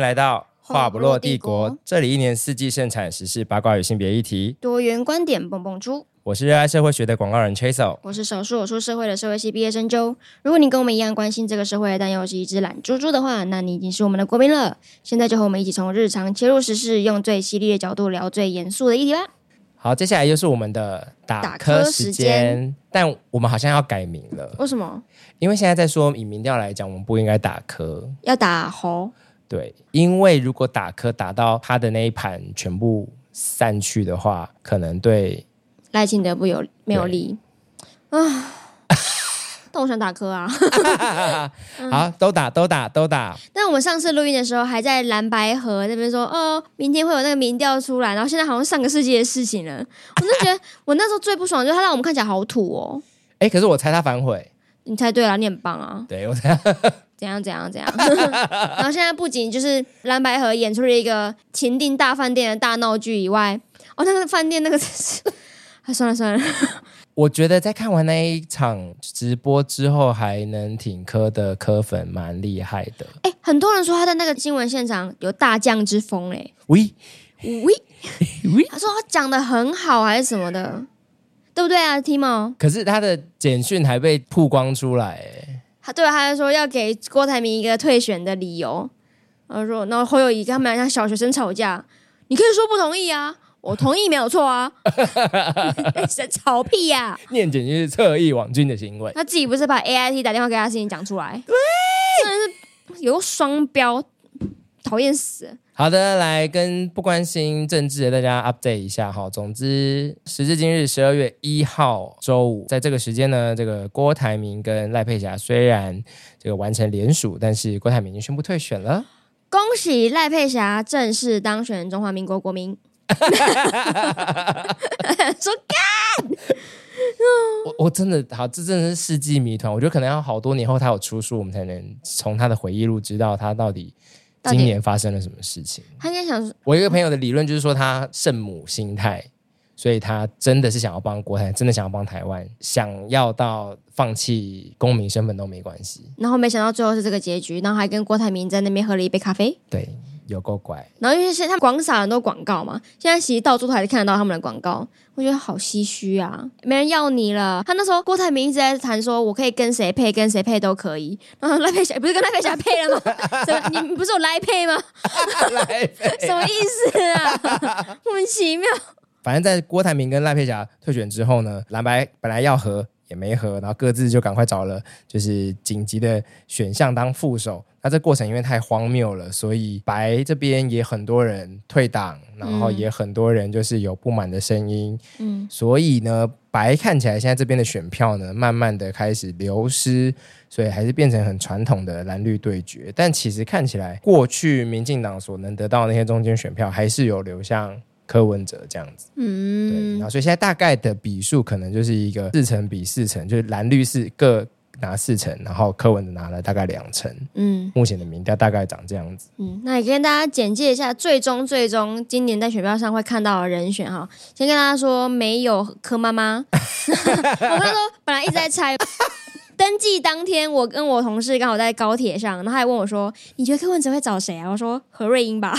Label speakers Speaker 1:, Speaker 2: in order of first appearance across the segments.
Speaker 1: 来到
Speaker 2: 话不落帝国
Speaker 1: 这里一年四季盛产时事八卦与性别议题。
Speaker 2: 多元观点蹦蹦出。
Speaker 1: 我是热爱社会学的广告人 Chaseo。
Speaker 2: 我是少数我出社会的社会系毕业生周。如果你跟我们一样关心这个社会，但又是一只懒猪猪的话，那你已经是我们的国民了。现在就和我们一起从日常切入时事，用最犀利的角度聊最严肃的议题吧。
Speaker 1: 好，接下来又是我们的打
Speaker 2: 打
Speaker 1: 磕
Speaker 2: 磕
Speaker 1: 时
Speaker 2: 时
Speaker 1: 间
Speaker 2: 间，
Speaker 1: 但我们好像要改名了，
Speaker 2: 为什么
Speaker 1: 因为现在在说以民调来讲，我们不应该打磕。
Speaker 2: 要打猴？
Speaker 1: 对，因为如果打磕打到他的那一盘全部散去的话，可能对
Speaker 2: 赖清德不有没有力啊？但我想打磕啊！
Speaker 1: 好都打都打都打，
Speaker 2: 但我们上次录音的时候还在蓝白河那边说，哦，明天会有那个民调出来，然后现在好像上个世纪的事情了。我那觉得我那时候最不爽就是他让我们看起来好土哦。
Speaker 1: 哎，可是我猜他反悔，
Speaker 2: 你猜对了，你很棒啊！
Speaker 1: 对我猜
Speaker 2: 怎样怎样怎样？ 然后现在不仅就是蓝白河演出了一个情定大饭店的大闹剧以外，哦，那个饭店那个 啊，算了算了，
Speaker 1: 我觉得在看完那一场直播之后，还能挺磕的磕粉蛮厉害的。
Speaker 2: 哎、很多人说他在那个新闻现场有大将之风嘞、
Speaker 1: 喂，
Speaker 2: 喂他说他讲的很好还是什么的，对不对啊，Timo？
Speaker 1: 可是他的简讯还被曝光出来、哎
Speaker 2: 他对他就说要给郭台铭一个退选的理由，然后说，然后侯友谊跟他们像小学生吵架，你可以说不同意啊，我同意没有错啊， 在吵屁呀、
Speaker 1: 念简讯是侧翼网军的行为。
Speaker 2: 他自己不是把 AIT 打电话给他的事情讲出来，对，真的是有个双标，讨厌死了。
Speaker 1: 好的，来跟不关心政治的大家 update 一下哈。总之，时至今日，十二月一号周五，在这个时间呢，这个郭台铭跟赖佩霞虽然这个完成联署，但是郭台铭已经宣布退选了。
Speaker 2: 恭喜赖佩霞正式当选中华民国国民。说
Speaker 1: 我我真的好，这真的是世纪谜团。我觉得可能要好多年后他有出书，我们才能从他的回忆录知道他到底
Speaker 2: 到底
Speaker 1: 今年发生了什么事情。
Speaker 2: 他应该想说，
Speaker 1: 我有一个朋友的理论就是说，他圣母心态，所以他真的是想要帮国台，真的想要帮台湾，想要到放弃公民身份都没关系。
Speaker 2: 然后没想到最后是这个结局，然后还跟郭台铭在那边喝了一杯咖啡。
Speaker 1: 对，有够 乖。
Speaker 2: 然后因为现在他们广撒很多广告嘛，现在其实到处都还是看得到他们的广告，我觉得好唏嘘啊，没人要你了。他那时候郭台铭一直在谈说，我可以跟谁配，跟谁配都可以。然后赖佩霞不是跟赖佩霞配了吗？什么？你不是有赖配吗？
Speaker 1: 来，
Speaker 2: 什么意思啊？莫名其妙。
Speaker 1: 反正在郭台铭跟赖佩霞退选之后呢，蓝白本来要和也没和，然后各自就赶快找了就是紧急的选项当副手。那这过程因为太荒谬了，所以白这边也很多人退党，然后也很多人就是有不满的声音。
Speaker 2: 嗯，
Speaker 1: 所以呢，白看起来现在这边的选票呢，慢慢的开始流失，所以还是变成很传统的蓝绿对决。但其实看起来，过去民进党所能得到的那些中间选票，还是有流向柯文哲这样子。对，然
Speaker 2: 嗯，
Speaker 1: 后所以现在大概的比数可能就是一个四成比四成，就是蓝绿是各拿四成，然后柯文哲拿了大概两成。
Speaker 2: 嗯
Speaker 1: 目前的民调大概长这样子。
Speaker 2: 嗯，那也跟大家简介一下，最终最终今年在选票上会看到的人选哈。先跟大家说，没有柯妈妈， 我跟他说，本来一直在猜。 登记当天，我跟我同事刚好在高铁上，然后他还问我说：“你觉得柯文哲会找谁啊？”我说：“何瑞英吧。”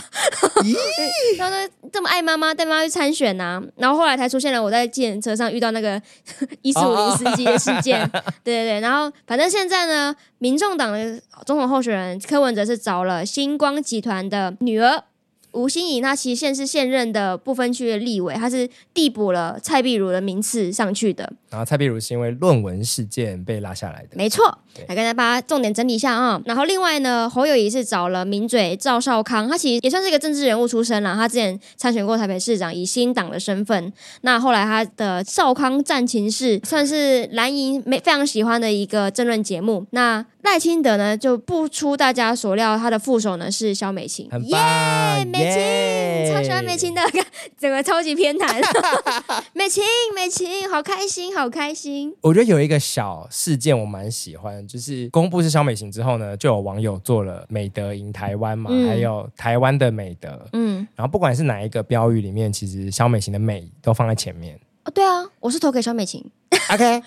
Speaker 2: 然后呢，这么爱妈妈，带妈妈去参选呐、然后后来才出现了我在计程车上遇到那个 一四五零司机的事件。对对对，然后反正现在呢，民众党的总统候选人柯文哲是找了星光集团的女儿吴欣颖，她其实现是现任的不分区的立委，她是递补了蔡碧如的名次上去的。
Speaker 1: 然后蔡碧如是因为论文事件被拉下来的。
Speaker 2: 没错
Speaker 1: 对，
Speaker 2: 来跟大家重点整理一下啊、然后另外呢，侯友谊是找了名嘴赵少康，他其实也算是一个政治人物出身啦。他之前参选过台北市长，以新党的身份。那后来他的少康战情室算是蓝营没非常喜欢的一个政论节目。那赖清德呢，就不出大家所料，他的副手呢是萧美琴，
Speaker 1: 很
Speaker 2: 耶
Speaker 1: 棒，
Speaker 2: 美琴
Speaker 1: 啊耶
Speaker 2: 超喜欢美琴的， 整个超级 偏袒。美琴，美琴，好开心，好开心。
Speaker 1: 我觉得有一个小事件我蛮喜欢，就是公布是小美型之后呢，就有网友做了美德赢台湾嘛，
Speaker 2: 嗯
Speaker 1: 还有台湾的美德。
Speaker 2: 嗯，
Speaker 1: 然后不管是哪一个标语里面，其实小美型的美都放在前面，
Speaker 2: 哦，对啊，我是投给萧美琴。
Speaker 1: OK，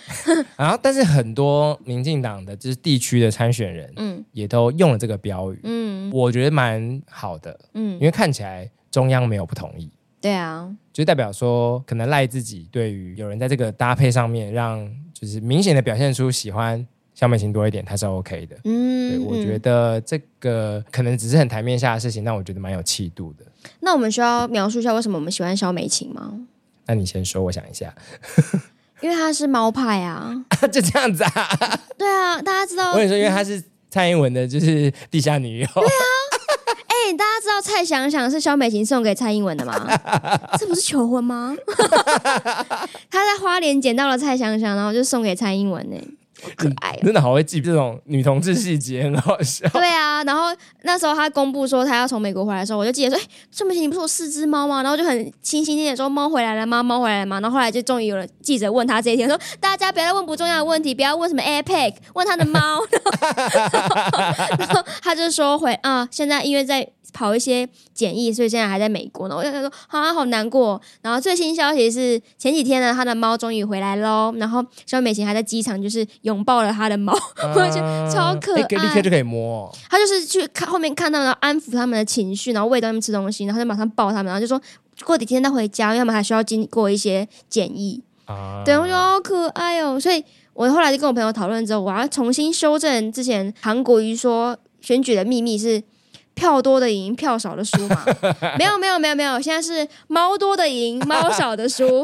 Speaker 1: 然后 但是很多民进党的就是地区的参选人
Speaker 2: 嗯
Speaker 1: 也都用了这个标语，
Speaker 2: 嗯
Speaker 1: 我觉得蛮好的，因
Speaker 2: 嗯，
Speaker 1: 为看起来中央没有不同意，
Speaker 2: 对啊，
Speaker 1: 就代表说可能赖自己对于有人在这个搭配上面让就是明显的表现出喜欢萧美琴多一点，他是 OK 的。对，
Speaker 2: 嗯，
Speaker 1: 我
Speaker 2: 嗯
Speaker 1: 觉得这个可能只是很台面下的事情，但我觉得蛮有气度的。
Speaker 2: 嗯那我们需要描述一下为什么我们喜欢萧美琴吗？
Speaker 1: 那你先说，我想一下，
Speaker 2: 因为她是猫派啊，
Speaker 1: 就这样子啊。
Speaker 2: 对啊，大家知道，
Speaker 1: 我跟
Speaker 2: 哎、
Speaker 1: 你说，因为她是蔡英文的，就是地下女友，
Speaker 2: 大家知道蔡想想是萧美琴送给蔡英文 的吗？这不是求婚吗？ 她在花莲捡到了蔡想想，然后就送给蔡英文呢、好可爱哦、
Speaker 1: 真的好会记这种女同志细节，很好笑。
Speaker 2: 对啊，然后那时候她公布说她要从美国回来的时候，我就记得说，哎、萧美琴，你不是有四只猫吗？然后就很心心念念说猫回来了吗？猫回来了吗？然后后来就终于有人记者问她这一天，说大家不要再问不重要的问题，不要问什么 AirPag，问她的猫。然后她就说回啊、现在因为在跑一些检疫，所以现在还在美国呢。我就想说啊，好难过哦。然后最新消息是前几天呢，她的猫终于回来喽。然后萧美琴还在机场就是拥抱了她的猫。 我觉得超可
Speaker 1: 哎立刻
Speaker 2: 爱
Speaker 1: 就可以摸哦、
Speaker 2: 他就是去看后面看到，然后安抚他们的情绪，然后喂他们吃东西，然后就马上抱他们，然后就说过几天再回家，因为他们还需要经过一些检疫。
Speaker 1: 啊
Speaker 2: 对，我觉得好可爱哦。所以我后来就跟我朋友讨论之后，我要重新修正之前韩国瑜说选举的秘密是。票多的赢，票少的输嘛？没有没有没有没有，现在是猫多的赢，猫少的输。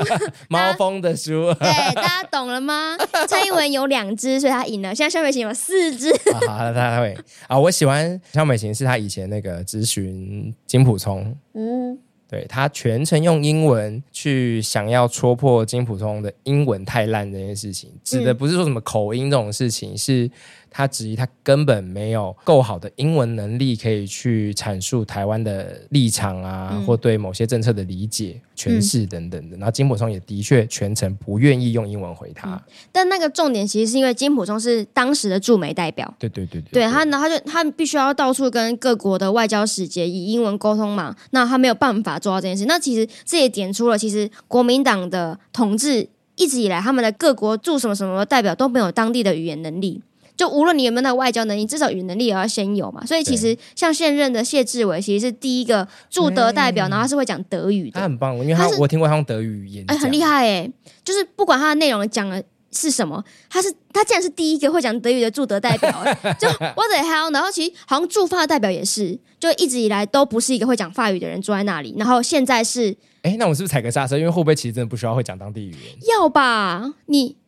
Speaker 1: 猫疯的书，
Speaker 2: 对，大家懂了吗？蔡英文有两只，所以他赢了。现在萧美琴有四只，
Speaker 1: 啊好，他他会啊，我喜欢肖美琴是她以前那个咨询金普聪，
Speaker 2: 嗯，
Speaker 1: 对她全程用英文去想要戳破金普聪的英文太烂这件事情，指
Speaker 2: 嗯
Speaker 1: 的不是说什么口音这种事情，是她质疑她根本没有够好的英文能力，可以去阐述台湾的立场啊，
Speaker 2: 嗯
Speaker 1: 或对某些政策的理解、诠释等等的。然后金普聪也的确全程不愿意用英文回
Speaker 2: 嗯
Speaker 1: 他，
Speaker 2: 但那个重点其实是因为金普松是当时的驻美代表，
Speaker 1: 对对对对
Speaker 2: 对他，然后他就他必须要到处跟各国的外交使节以英文沟通嘛，那他没有办法做到这件事。那其实这也点出了，其实国民党的统治一直以来，他们的各国驻什么什么代表都没有当地的语言能力。就无论你有没有那个外交能力，至少语言能力也要先有嘛。所以其实像现任的谢志伟，其实是第一个驻德代表，然后他是会讲德语的
Speaker 1: 他。很棒，因为他
Speaker 2: 他是
Speaker 1: 我听过他用德语演
Speaker 2: 哎、
Speaker 1: 讲，
Speaker 2: 很厉
Speaker 1: 害。
Speaker 2: 害哎、就是不管他的内容讲的是什么，他是他竟然是第一个会讲德语的驻德代表、欸， 就 what the hell？然后其实好像驻法代表也是，就一直以来都不是一个会讲法语的人坐在那里，然后现在是
Speaker 1: 哎，那我是不是踩个刹车？因为会不会其实真的不需要会讲当地语言，
Speaker 2: 要吧你。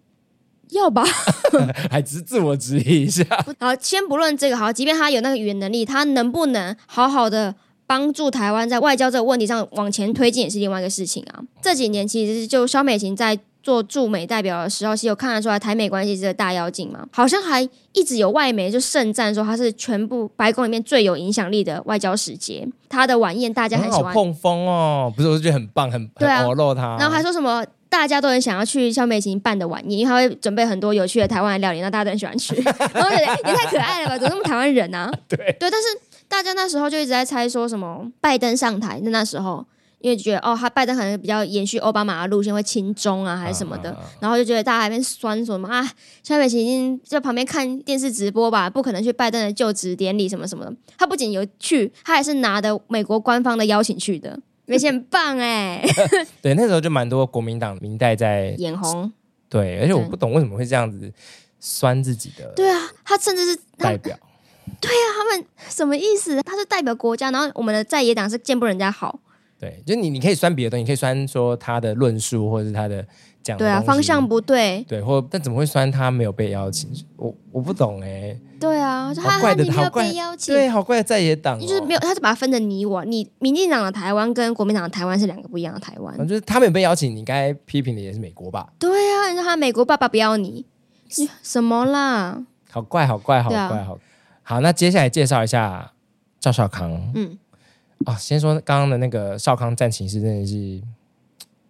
Speaker 2: 要吧，
Speaker 1: 还只是自我质疑一下？
Speaker 2: 好，先不论这个，好，即便他有那个语言能力，他能不能好好的帮助台湾在外交这个问题上往前推进，也是另外一个事情啊。这几年其实就萧美琴在做驻美代表的时候，其实有看得出来台美关系是个大妖精嘛，好像还一直有外媒就盛赞说她是全部白宫里面最有影响力的外交使节，她的晚宴大家很喜
Speaker 1: 好
Speaker 2: 欢，
Speaker 1: 碰风哦，不是，我就觉得很棒，很
Speaker 2: 对啊
Speaker 1: 很欧露他。
Speaker 2: 然后还说什么。大家都很想要去萧美琴办的晚宴，因为她会准备很多有趣的台湾的料理，那大家都很喜 欢去。然后我觉得哎也太可爱了吧，怎么那么台湾人啊？
Speaker 1: 对，
Speaker 2: 对，但是大家那时候就一直在猜说什么拜登上台，那那时候因为觉得哦，他拜登可能比较延续奥巴马的路线，会亲中啊还是什么的，
Speaker 1: 啊啊啊
Speaker 2: 然后就觉得大家还在那边酸什么啊，萧美琴已经在旁边看电视直播吧，不可能去拜登的就职典礼什么什么的。他不仅有去，他还是拿的美国官方的邀请去的，美琴很棒 哎、
Speaker 1: 对，那时候就蛮多国民党明代在
Speaker 2: 眼红。
Speaker 1: 对，而且我
Speaker 2: 对
Speaker 1: 不懂为什么会这样子酸自己的
Speaker 2: 对啊，他甚至是他
Speaker 1: 代表，
Speaker 2: 什么意思？他是代表国家，然后我们的在野党是见不人家好。
Speaker 1: 对，就你你可以酸别的东西，你可以酸说他的论述或者是他的讲的
Speaker 2: 对啊，
Speaker 1: 东西
Speaker 2: 方向不对。
Speaker 1: 对，或但怎么会酸他没有被邀请？我我不懂哎、
Speaker 2: 对啊，就
Speaker 1: 好
Speaker 2: 他
Speaker 1: 怪
Speaker 2: 他
Speaker 1: 的
Speaker 2: 你没
Speaker 1: 好
Speaker 2: 有
Speaker 1: 怪
Speaker 2: 被邀请。
Speaker 1: 对，啊好怪的在野党、哦，
Speaker 2: 就是没有，他就把它分成你我，你民进党的台湾跟国民党的台湾是两个不一样的台湾
Speaker 1: 反。正就是他们有被邀请，你该批评的也是美国吧？
Speaker 2: 对啊，你说他美国爸爸不要你，你什么啦？
Speaker 1: 好怪，好怪，好
Speaker 2: 对啊
Speaker 1: 怪，好好。那接下来介绍一下赵少康。
Speaker 2: 嗯，
Speaker 1: 哦，先说刚刚的那个少康战情是真的是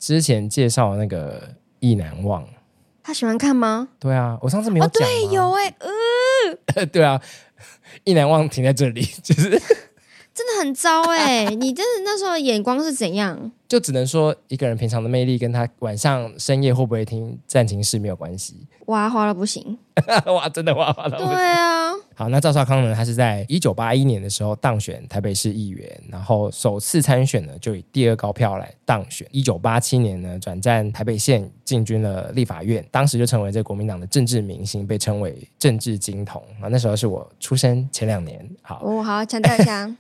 Speaker 1: 之前介绍的那个意难忘。
Speaker 2: 他喜欢看吗？
Speaker 1: 对啊，我上次没有
Speaker 2: 哦，
Speaker 1: 讲、啊
Speaker 2: 对，有哎、呃，
Speaker 1: 有 对啊，意难忘停在这里，就是
Speaker 2: 真的很糟哎、你真的那时候眼光是怎样？
Speaker 1: 就只能说一个人平常的魅力跟他晚上深夜会不会听战情室没有关系。
Speaker 2: 哇花了不行。
Speaker 1: 哇，真的哇哇
Speaker 2: 对
Speaker 1: 的。
Speaker 2: 啊，
Speaker 1: 好，那赵少康呢？他是在一九八一年的时候当选台北市议员，然后首次参选呢就以第二高票来当选。一九八七年呢转战台北县，进军了立法院，当时就成为这国民党的政治明星，被称为政治金童。啊，那时候是我出生前两年。好，
Speaker 2: 我、哦好强调一 下，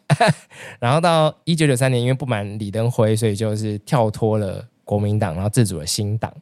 Speaker 1: 然后到一九九三年，因为不满李登辉，所以就是跳脱了国民党，然后自主了新党。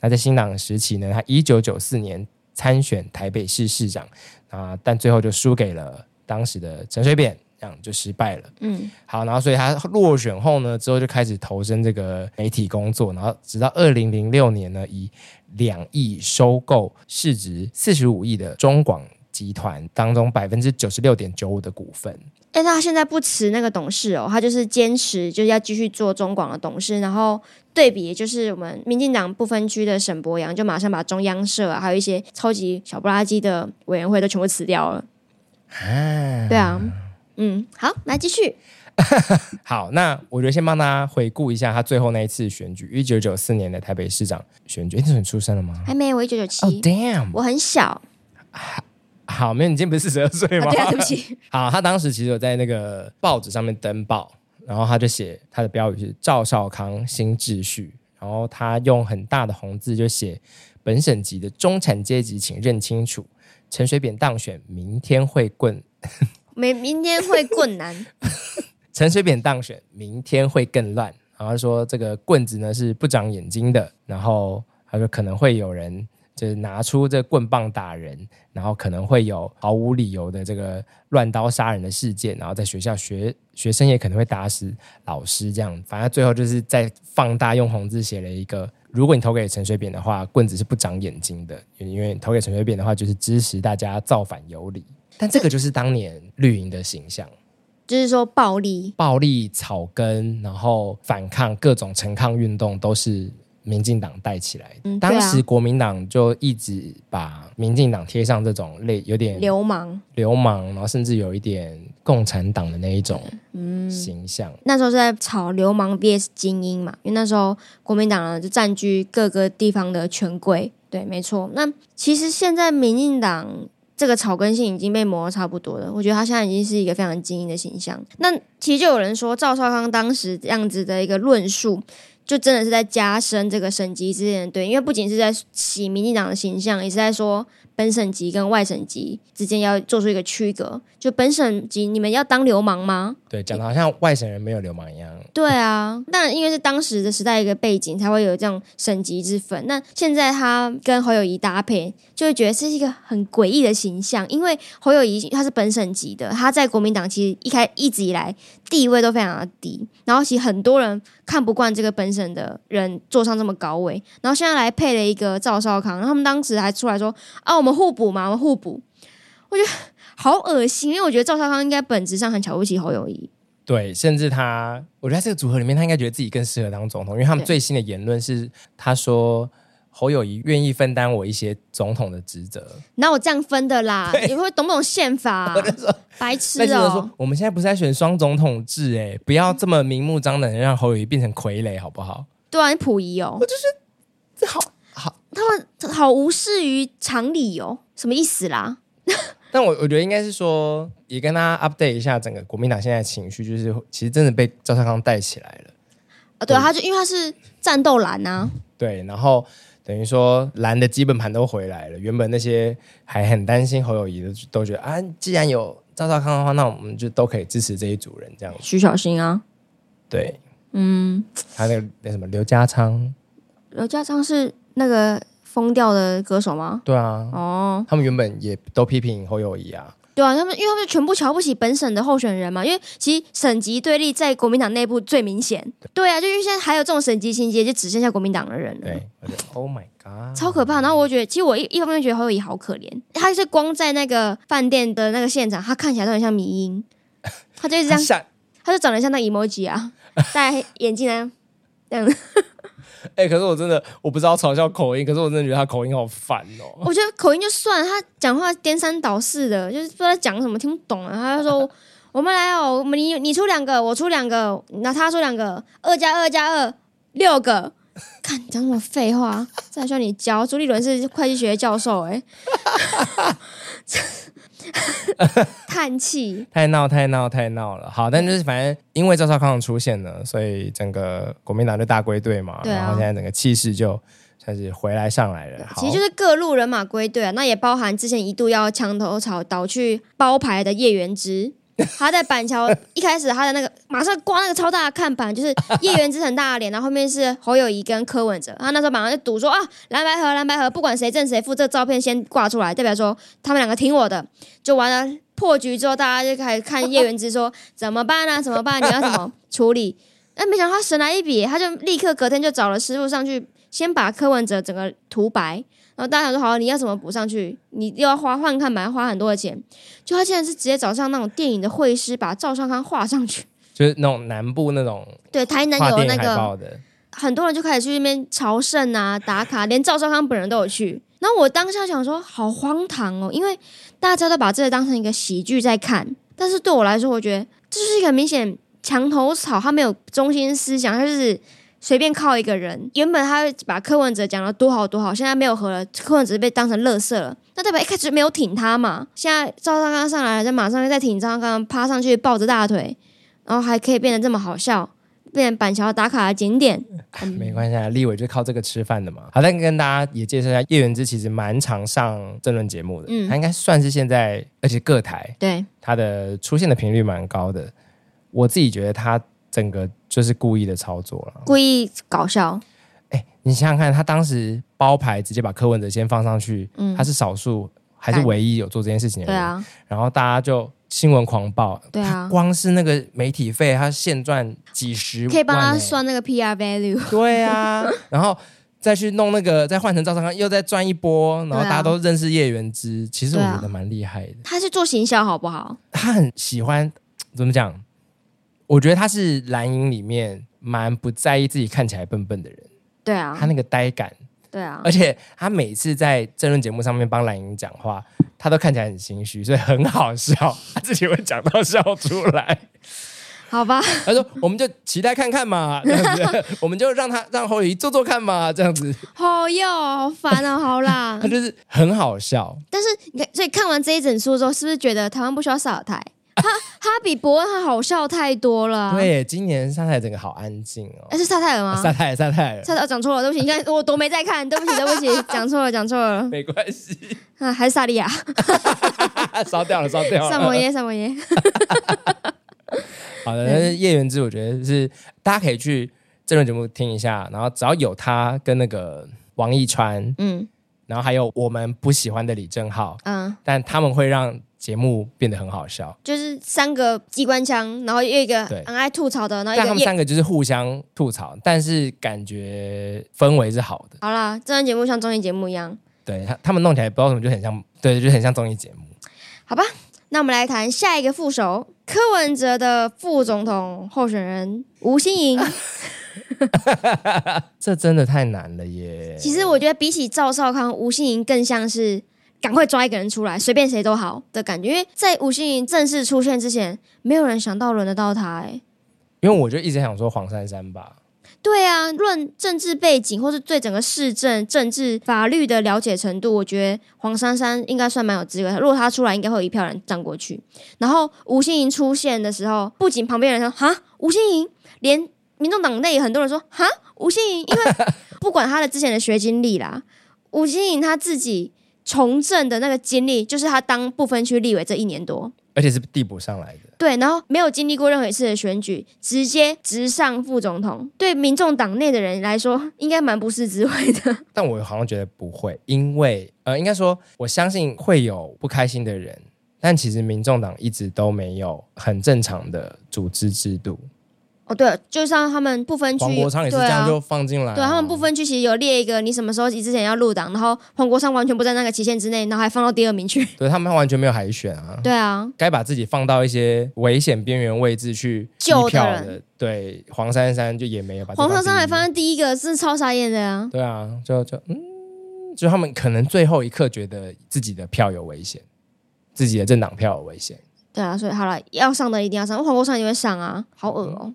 Speaker 1: 那在新党时期呢，他一九九四年参选台北市市长啊，但最后就输给了当时的陈水扁，这样就失败了。
Speaker 2: 嗯，
Speaker 1: 好，然后所以他落选后呢，之后就开始投身这个媒体工作，然后直到二零零六年呢，以两亿收购市值四十五亿的中广集团当中百分之九十六点九五的股份。
Speaker 2: 哎，他现在不辞那个董事哦，他就是坚持就是要继续做中广的董事，然后对比就是我们民进党不分区的沈博阳，就马上把中央社啊，还有一些超级小不拉几的委员会都全部辞掉了。对啊，嗯，好，来继续。
Speaker 1: 好，那我觉得先帮大家回顾一下他最后那一次选举，一九九四年的台北市长选举。诶那时候你出生了吗？
Speaker 2: 还没，我一九九
Speaker 1: 哦、
Speaker 2: 七，
Speaker 1: damn！
Speaker 2: 我很小，
Speaker 1: 好，没有，你今天不是四十二岁
Speaker 2: 啊
Speaker 1: 吗、
Speaker 2: 对啊，对不起，
Speaker 1: 好，他当时其实有在那个报纸上面登报，然后他就写他的标语是“赵少康新秩序”，然后他用很大的红字就写“本省级的中产阶级，请认清楚，陈水扁当选，明天会更
Speaker 2: 明明天会困难。
Speaker 1: 陈水扁当选，明天会更乱。然后他说这个棍子呢是不长眼睛的，然后他说可能会有人就是拿出这棍棒打人，然后可能会有毫无理由的这个乱刀杀人的事件，然后在学校学学生也可能会打死老师这样。反正最后就是在放大用红字写了一个。如果你投给陈水扁的话，棍子是不长眼睛的，因为你投给陈水扁的话，就是支持大家造反有理。但这个就是当年绿营的形象。
Speaker 2: 就是说暴力，
Speaker 1: 暴力草根，然后反抗各种陈抗运动都是民进党带起来的。
Speaker 2: 嗯对啊
Speaker 1: 当时国民党就一直把民进党贴上这种类有点
Speaker 2: 流氓。
Speaker 1: 流氓，然后甚至有一点共产党的那一种
Speaker 2: 嗯
Speaker 1: 形象。
Speaker 2: 那时候是在炒流氓 VS 精英嘛，因为那时候国民党呢就占据各个地方的权贵。对，没错。那其实现在民进党这个草根性已经被磨得差不多了，我觉得他现在已经是一个非常精英的形象。那其实就有人说，赵少康当时这样子的一个论述。就真的是在加深这个省级之间的对，因为不仅是在洗民进党的形象，也是在说本省级跟外省级之间要做出一个区隔。就本省级，你们要当流氓吗？
Speaker 1: 对，讲的好像外省人没有流氓一样。
Speaker 2: 对啊，但因为是当时的时代一个背景，才会有这样省级之分。那现在他跟侯友谊搭配，就会觉得是一个很诡异的形象，因为侯友谊他是本省级的，他在国民党其实一开一直以来地位都非常的低，然后其实很多人看不惯这个本省的人坐上这么高位，然后现在来配了一个赵少康，然后他们当时还出来说啊，我们互补嘛，我们互补，我觉得好恶心，因为我觉得赵少康应该本质上很瞧不起侯友谊，
Speaker 1: 对，甚至他，我觉得在这个组合里面，他应该觉得自己更适合当总统，因为他们
Speaker 2: 对
Speaker 1: 最新的言论是，他说侯友谊愿意分担我一些总统的职责。
Speaker 2: 哪有这样分的啦？你会懂不懂宪法、 白痴
Speaker 1: 那记者说
Speaker 2: 哦、：“
Speaker 1: 我们现在不是在选双总统制、哎，不要这么明目张胆地让侯友谊变成傀儡，好不好
Speaker 2: 对啊，你溥仪哦、
Speaker 1: 这好好。
Speaker 2: 好无视于常理哦、什么意思啦？
Speaker 1: 但我我觉得应该是说，也跟大家 update 一下整个国民党现在的情绪，就是其实真的被赵少康带起来了。
Speaker 2: 啊，
Speaker 1: 嗯
Speaker 2: 对啊，他就因为他是战斗蓝啊，
Speaker 1: 对，然后等于说蓝的基本盘都回来了，原本那些还很担心侯友谊的，都觉得啊，既然有赵少康的话，那我们就都可以支持这一组人这样子。
Speaker 2: 徐小新啊，
Speaker 1: 对，
Speaker 2: 嗯，
Speaker 1: 还有那个那什么刘家昌，
Speaker 2: 刘家昌是那个疯掉的歌手吗？
Speaker 1: 对啊，
Speaker 2: 哦，
Speaker 1: 他们原本也都批评侯友谊啊。”
Speaker 2: 对啊，他们因为他们全部瞧不起本省的候选人嘛，因为其实省级对立在国民党内部最明显。对啊，就因为现在还有这种省级情节，就只剩下国民党的人了。
Speaker 1: 对，我觉得 Oh my God，
Speaker 2: 超可怕。然后我觉得，其实我一一方面觉得侯友谊好可怜，他是光在那个饭店的那个现场，他看起来都很像迷音，他就一直这
Speaker 1: 他
Speaker 2: 样，
Speaker 1: 下
Speaker 2: 他就长得像那 emoji 啊，戴眼镜啊，
Speaker 1: 哎、可是我真的我不知道嘲笑口音，可是我真的觉得他口音好烦哦。
Speaker 2: 我觉得口音就算了，他讲话颠三倒四的，就是不知道在讲什么，听不懂啊。他就说我们来哦，我们你你出两个，我出两个，那他出两个，二加二加二六个。看你讲什么废话，这还需要你教？朱立伦是会计学教授哎、 叹气。
Speaker 1: 太闹太闹太闹了。好，但就是反正因为赵少康的出现呢，所以整个国民党就大归队嘛，
Speaker 2: 对啊
Speaker 1: 然后现在整个气势就算是回来上来了。好
Speaker 2: 其实就是各路人马归队啊，那也包含之前一度要墙头草倒去包牌的叶元之。他在板桥一开始，他的那个马上挂那个超大的看板，就是叶元之很大的脸，然后后面是侯友谊跟柯文哲。他那时候马上就赌说啊，蓝白河蓝白河，不管谁正谁负，这个照片先挂出来，代表说他们两个听我的。就完了破局之后，大家就开始看叶元之说怎么办啊？怎么办？你要怎么处理？哎，没想到他神来一笔，他就立刻隔天就找了师傅上去，先把柯文哲整个涂白，然后大家想说好，你要怎么补上去？你又要花换看板，要花很多的钱。就他竟然是直接找上那种电影的绘师，把赵尚康画上去。
Speaker 1: 就是那种南部那种
Speaker 2: 对，台南
Speaker 1: 画
Speaker 2: 有
Speaker 1: 电
Speaker 2: 那
Speaker 1: 影海
Speaker 2: 个
Speaker 1: 报的，
Speaker 2: 很多人就开始去那边朝圣啊、打卡，连赵少康本人都有去。然后我当下想说，好荒唐哦，因为大家都把这个当成一个喜剧在看，但是对我来说，我觉得这就是一个很明显墙头草，他没有中心思想，他就是随便靠一个人。原本他把柯文哲讲的多好多好，现在没有和了，柯文哲被当成垃圾了。那代表一开始没有挺他嘛？现在赵尚刚上来了，再马上再挺赵尚刚，趴上去抱着大腿，然后还可以变得这么好笑，变成板桥打卡的景点。
Speaker 1: 没关系啊，立委就是靠这个吃饭的嘛。好，但跟大家也介绍一下，叶元之其实蛮常上政论节目的，
Speaker 2: 嗯
Speaker 1: 他应该算是现在，而且各台
Speaker 2: 对，
Speaker 1: 他的出现的频率蛮高的。我自己觉得他整个就是故意的操作了。
Speaker 2: 故意搞笑，
Speaker 1: 哎，你想想看，他当时包牌直接把柯文哲先放上去，
Speaker 2: 嗯
Speaker 1: 他，是少数还是
Speaker 2: 干
Speaker 1: 唯一有做这件事情的
Speaker 2: 对
Speaker 1: 人？
Speaker 2: 啊，
Speaker 1: 然后大家就新闻狂爆，
Speaker 2: 对啊，
Speaker 1: 光是那个媒体费，他现赚几十万、
Speaker 2: 可以帮他
Speaker 1: 哎
Speaker 2: 算那个 PR value，
Speaker 1: 对啊，然后再去弄那个，再换成赵尚康，又再赚一波，然后
Speaker 2: 对啊
Speaker 1: 大家都认识叶元之，其实我
Speaker 2: 对啊
Speaker 1: 觉得蛮厉害的。
Speaker 2: 他是做行销好不好？
Speaker 1: 他很喜欢，怎么讲？我觉得他是蓝营里面蛮不在意自己看起来笨笨的人，
Speaker 2: 对
Speaker 1: 他
Speaker 2: 啊，
Speaker 1: 那个哎呆感，
Speaker 2: 对啊
Speaker 1: 而，且他每次在政论节目上面帮蓝营讲话，他都看起来很心虚，所以很好笑， 他自己会讲到笑出 来。
Speaker 2: 好吧，
Speaker 1: 他说：“我们就期待看看嘛，这样子，我们就让他让侯友谊做做看嘛，这样子。”
Speaker 2: 好哟，好烦 哦，好啦
Speaker 1: 他。就是很好笑，
Speaker 2: 但是你看，所以看完这一整书之后，是不是觉得台湾不需要上台？他他比伯恩他好笑太多了、啊。，
Speaker 1: 对，今年沙泰整个好安静哦，
Speaker 2: 哎，是沙泰尔吗？
Speaker 1: 沙泰沙泰尔
Speaker 2: 沙泰尔讲错了，对不起，你看我都没在看，对不起，对不起， 讲错了，讲错了，
Speaker 1: 没关系，
Speaker 2: 啊，还是萨利亚，
Speaker 1: 烧掉了烧掉
Speaker 2: 萨摩
Speaker 1: 了。
Speaker 2: 耶，萨摩耶，
Speaker 1: 好的，但是叶元之我觉得是大家可以去这轮节目听一下，然后只要有他跟那个王一川，
Speaker 2: 嗯
Speaker 1: 然后还有我们不喜欢的李正浩，
Speaker 2: 嗯，
Speaker 1: 但他们会让节目变得很好笑。
Speaker 2: 就是三个机关枪，然后又一个
Speaker 1: 对
Speaker 2: 很爱吐槽的，然后
Speaker 1: 但
Speaker 2: 一
Speaker 1: 他
Speaker 2: 个
Speaker 1: 们
Speaker 2: 啊叶。
Speaker 1: 三个就是互相吐槽，但是感觉氛围是好的。
Speaker 2: 好啦，这档节目像综艺节目一样，
Speaker 1: 对他，他们弄起来不知道为什么就很像，对，就很像综艺节目。
Speaker 2: 那我们来谈下一个副手，柯文哲的副总统候选人吴欣颖。
Speaker 1: 这真的太难了耶！
Speaker 2: 其实我觉得比起赵少康，吴欣盈更像是赶快抓一个人出来，随便谁都好的感觉。因为在吴欣盈正式出现之前，没有人想到轮得到他、欸。
Speaker 1: 因为我就一直想说黄珊珊吧，
Speaker 2: 对啊，论政治背景或是对整个市政、政治、法律的了解程度，我觉得黄珊珊应该算蛮有资格的。如果她出来，应该会有一票人站过去。然后吴欣盈出现的时候，不仅旁边人说“哈，吴欣盈”，连民众党内也很多人说“哈，吴欣盈”，因为不管她的之前的学经历啦，吴欣盈她自己从政的那个经历，就是她当不分区立委这一年多。
Speaker 1: 而且是递补上来的。
Speaker 2: 对，然后没有经历过任何一次的选举，直接直上副总统，对民众党内的人来说，应该蛮不是滋味的。
Speaker 1: 但我好像觉得不会，因为呃，应该说我相信会有不开心的人，但其实民众党一直都没有很正常的组织制度。
Speaker 2: 哦，对了，就像他们不分区，
Speaker 1: 黄国昌也是
Speaker 2: 对
Speaker 1: 这样
Speaker 2: 啊
Speaker 1: 就放进来、
Speaker 2: 对啊他们不。分区其实有列一个你什么时候之前要入党，然后黄国昌完全不在那个期限之内，然后还放到第二 名去。
Speaker 1: 对他们完全没有海选啊，
Speaker 2: 对啊，
Speaker 1: 该把自己放到一些危险边缘位置去机
Speaker 2: 救的
Speaker 1: 票
Speaker 2: 人
Speaker 1: 的，对黄珊珊就也没有把自己
Speaker 2: 黄珊珊
Speaker 1: 第一
Speaker 2: 还放在第一个，是超傻眼的啊。
Speaker 1: 对啊，就就嗯，就他们可能最后一刻觉得自己的票有危险，自己的政党票有危险，
Speaker 2: 对啊，所以好了，要上的一定要上，黄国昌也会上啊，好恶哦、
Speaker 1: 嗯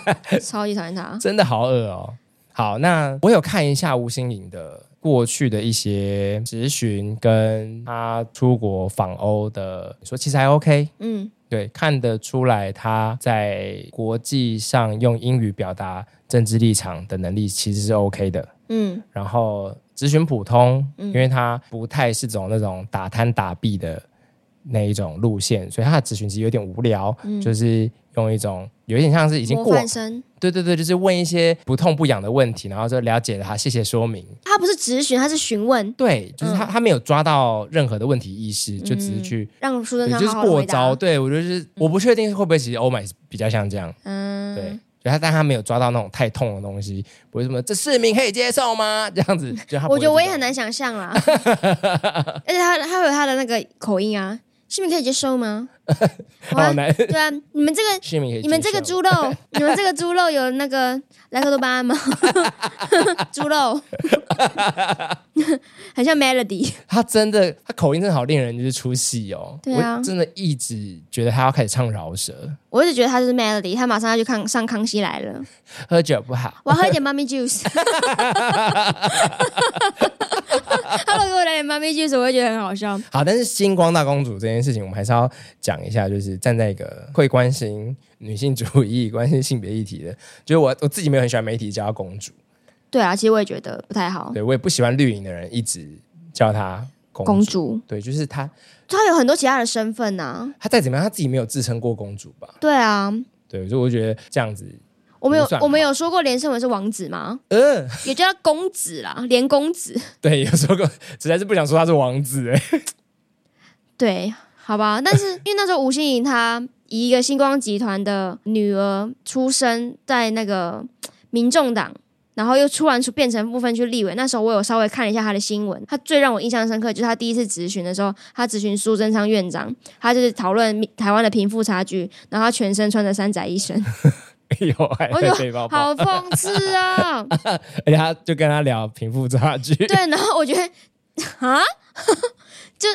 Speaker 2: 超级讨厌他。
Speaker 1: 真的好恶哦。好，那我有看一下吴心颖的过去的一些咨询，跟他出国访欧的，你说其实还 OK，
Speaker 2: 嗯，
Speaker 1: 对，看得出来他在国际上用英语表达政治立场的能力其实是 OK 的。
Speaker 2: 嗯
Speaker 1: 然后咨询普通，
Speaker 2: 嗯
Speaker 1: 因为他不太是走那种打贪打弊的那一种路线，所以他的咨询其实有点无聊，
Speaker 2: 嗯，
Speaker 1: 就是用一种有一点像是已经
Speaker 2: 模
Speaker 1: 过
Speaker 2: 范生，
Speaker 1: 对对对，就是问一些不痛不痒的问题，然后就了解了他，谢谢说明。
Speaker 2: 他不是质询，他是询问，
Speaker 1: 对，就是他、
Speaker 2: 嗯
Speaker 1: 他没有抓到任何的问题意识，就只是去，
Speaker 2: 让苏贞
Speaker 1: 对
Speaker 2: 昌
Speaker 1: 就是
Speaker 2: 好好地
Speaker 1: 过
Speaker 2: 回
Speaker 1: 招。
Speaker 2: 答。
Speaker 1: 对我就是、我不确定会不会其实欧美比较像这样，
Speaker 2: 嗯，
Speaker 1: 对。就他，但他没有抓到那种太痛的东西，不是什么这市民可以接受吗？ 这样子，就他不
Speaker 2: 我
Speaker 1: 会
Speaker 2: 觉得我也
Speaker 1: 这种
Speaker 2: 很难想象 啦，而且他他有他的那个口音啊，市民可以接受吗？
Speaker 1: 好
Speaker 2: 哇，
Speaker 1: 难，
Speaker 2: 对啊，你们这个
Speaker 1: 市民可以接受
Speaker 2: 你们这个猪肉，你们这个猪肉有那个莱克多巴胺吗？ 猪肉， 很像 Melody。
Speaker 1: 他真的，他口音真的好令人就是出戏哦。
Speaker 2: 对啊
Speaker 1: 我真的一直觉得他要开始唱饶舌，
Speaker 2: 我一直觉得他就是 Melody，他马上要去看上康熙来了，
Speaker 1: 喝酒不好。
Speaker 2: 我要喝一点 Mummy Juice。他如果给我来点 Mummy Juice，我会觉得很好笑。
Speaker 1: 好，但是星光大公主这件事情，我们还是要讲一下，就是站在一个会关心女性主义、关心性别议题的，就是我我自己没有很喜欢媒体叫她公主，
Speaker 2: 对啊，其实我也觉得不太好。
Speaker 1: 对我也不喜欢绿营的人一直叫她公主。
Speaker 2: 公主，
Speaker 1: 对，就是她，
Speaker 2: 她有很多其他的身份呐、
Speaker 1: 她再怎么样，她自己没有自称过公主吧？
Speaker 2: 对啊，
Speaker 1: 对，所以我觉得这样子，
Speaker 2: 我们有
Speaker 1: 不算好
Speaker 2: 我们有说过连胜文是王子吗？
Speaker 1: 呃，
Speaker 2: 也叫他公子啦，连公子。
Speaker 1: 对，有时候实在是不想说她是王子、哎，
Speaker 2: 对，好吧，但是因为那时候吴欣颖她以一个星光集团的女儿出生在那个民众党，然后又突然出变成部分区立委。那时候我有稍微看了一下她的新闻，她最让我印象深刻就是她第一次质询的时候，她质询苏贞昌院长，她就是讨论民台湾的贫富差距，然后她全身穿着山仔一身，
Speaker 1: 欸 有还
Speaker 2: 我就
Speaker 1: 会背包包，
Speaker 2: 好讽刺 啊！
Speaker 1: 而且她就跟她聊贫富差距，
Speaker 2: 对，然后我觉得啊， 就